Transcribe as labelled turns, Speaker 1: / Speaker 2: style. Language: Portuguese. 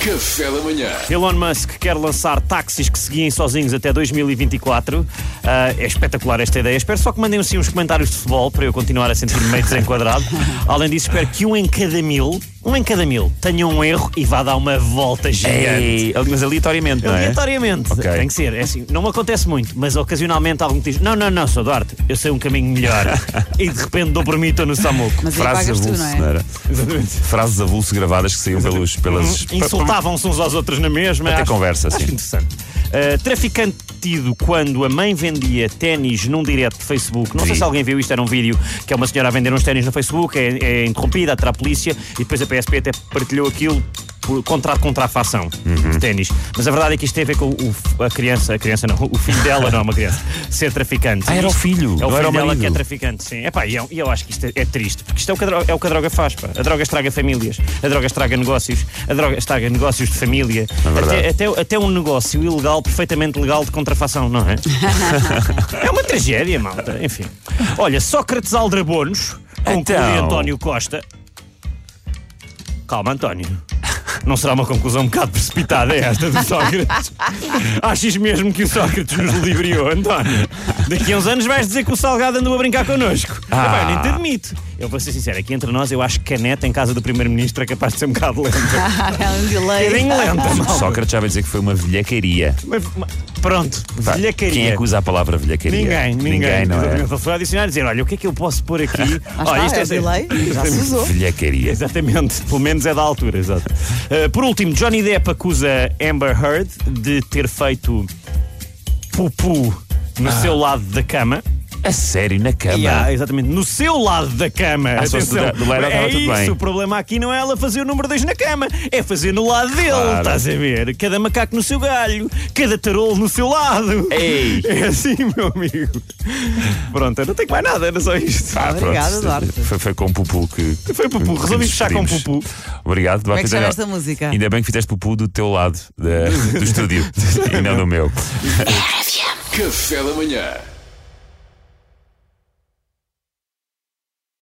Speaker 1: Café da manhã.
Speaker 2: Elon Musk quer lançar táxis que seguiem sozinhos até 2024. Ah, é espetacular esta ideia. Espero só que mandem assim uns comentários de futebol para eu continuar a sentir-me meio desenquadrado. Além disso, espero que um em cada mil, um em cada mil, tenha um erro e vá dar uma volta gigante.
Speaker 3: Ei, mas aleatoriamente, não é?
Speaker 2: Aleatoriamente,
Speaker 3: Ok.
Speaker 2: tem que ser. É assim, não me acontece muito, mas ocasionalmente algum que diz: Não, não, não, sou de arte, eu sei um caminho melhor. e de repente dou por mim e estou no Samuco.
Speaker 4: Mas aí pagas tu, não é?
Speaker 3: Frases avulso gravadas que saíam pelos, pelas.
Speaker 2: Uhum. Insultavam-se uns aos outros na mesma.
Speaker 3: Até
Speaker 2: é Acho-
Speaker 3: conversa,
Speaker 2: acho
Speaker 3: sim.
Speaker 2: interessante. Uh, traficante tido quando a mãe vendia ténis num direct de Facebook. Não sei
Speaker 3: Vi.
Speaker 2: se alguém viu isto, era um vídeo que é uma senhora a vender uns ténis no Facebook, é, é interrompida, atrai a polícia e depois a PSP até partilhou aquilo por contrato contra a fação
Speaker 3: Uhum.
Speaker 2: de ténis. Mas a verdade é que isto tem a ver com o- o- a criança, a criança não, o filho dela não é uma criança, ser traficante.
Speaker 3: Ah, era o
Speaker 2: Isto-
Speaker 3: filho,
Speaker 2: É
Speaker 3: não
Speaker 2: o filho
Speaker 3: era o
Speaker 2: dela
Speaker 3: marido.
Speaker 2: que é traficante, sim. Epá, e eu, e eu acho que isto é, é triste, porque isto é o, que a droga, é o que a droga faz, pá. A droga estraga famílias, a droga estraga negócios, a droga estraga negócios de família.
Speaker 3: É verdade.
Speaker 2: Até, até, até um negócio ilegal, perfeitamente legal de contrafação, não é? é uma tragédia, malta. Enfim. Olha, Sócrates Aldrabonos, conclui
Speaker 3: Então.
Speaker 2: António Costa. Calma, António. Não será uma conclusão um bocado precipitada esta do Sócrates? Achas mesmo que o Sócrates nos liberou, António? Daqui a uns anos vais dizer que o Salgado andou a brincar connosco.
Speaker 3: Ah.
Speaker 2: Epá, eu nem te admito. Eu vou ser sincero, aqui entre nós eu acho que caneta em casa do Primeiro-Ministro é capaz de ser um bocado lenta.
Speaker 4: É um
Speaker 2: Um
Speaker 4: delay.
Speaker 2: bocadinho lenta,
Speaker 4: Tá
Speaker 3: O
Speaker 2: malta.
Speaker 3: Então, Sócrates já vai dizer que foi uma vilhacaria.
Speaker 2: Mas, mas, Pronto,
Speaker 3: Pá, Quem é
Speaker 2: velhacaria.
Speaker 3: que usa a palavra vilhacaria?
Speaker 2: Ninguém, ninguém.
Speaker 3: não é?
Speaker 2: Exatamente. Ele foi ao dicionário dizer: olha, o que é que eu posso pôr aqui?
Speaker 4: Mas
Speaker 2: Olha,
Speaker 4: tá,
Speaker 2: isto
Speaker 4: é
Speaker 2: é sério.
Speaker 4: delay, já se usou.
Speaker 3: Vilhacaria.
Speaker 2: Exatamente, pelo menos é da altura, exato. Uh, por último, Johnny Depp acusa Amber Heard de ter feito pupu no
Speaker 3: Ah.
Speaker 2: seu lado da cama.
Speaker 3: A sério, na cama.
Speaker 2: Yeah, exatamente, no seu lado da cama.
Speaker 3: Ah, se fosse do
Speaker 2: Atenção,
Speaker 3: da- do lado dela,
Speaker 2: é
Speaker 3: tudo
Speaker 2: isso,
Speaker 3: bem.
Speaker 2: o problema aqui não é ela fazer o número 2 na cama, é fazer no lado dele,
Speaker 3: Claro.
Speaker 2: estás a ver? Cada macaco no seu galho, cada tarolo no seu lado.
Speaker 3: Ei.
Speaker 2: É assim, meu amigo. Pronto, eu não tenho mais nada, era só isto.
Speaker 3: Ah, pronto.
Speaker 4: Obrigada, Duarte.
Speaker 3: Foi, foi com o Pupu que.
Speaker 2: Foi Pupu,
Speaker 3: que
Speaker 2: resolvi
Speaker 3: nos
Speaker 2: fechar com
Speaker 3: despedimos.
Speaker 2: Pupu.
Speaker 3: Obrigado,
Speaker 4: Como é
Speaker 3: Duarte.
Speaker 4: que chama
Speaker 3: Ainda-
Speaker 4: esta música?
Speaker 3: Ainda bem que fizeste Pupu do teu lado da- do estúdio e não do meu.
Speaker 1: Café da manhã.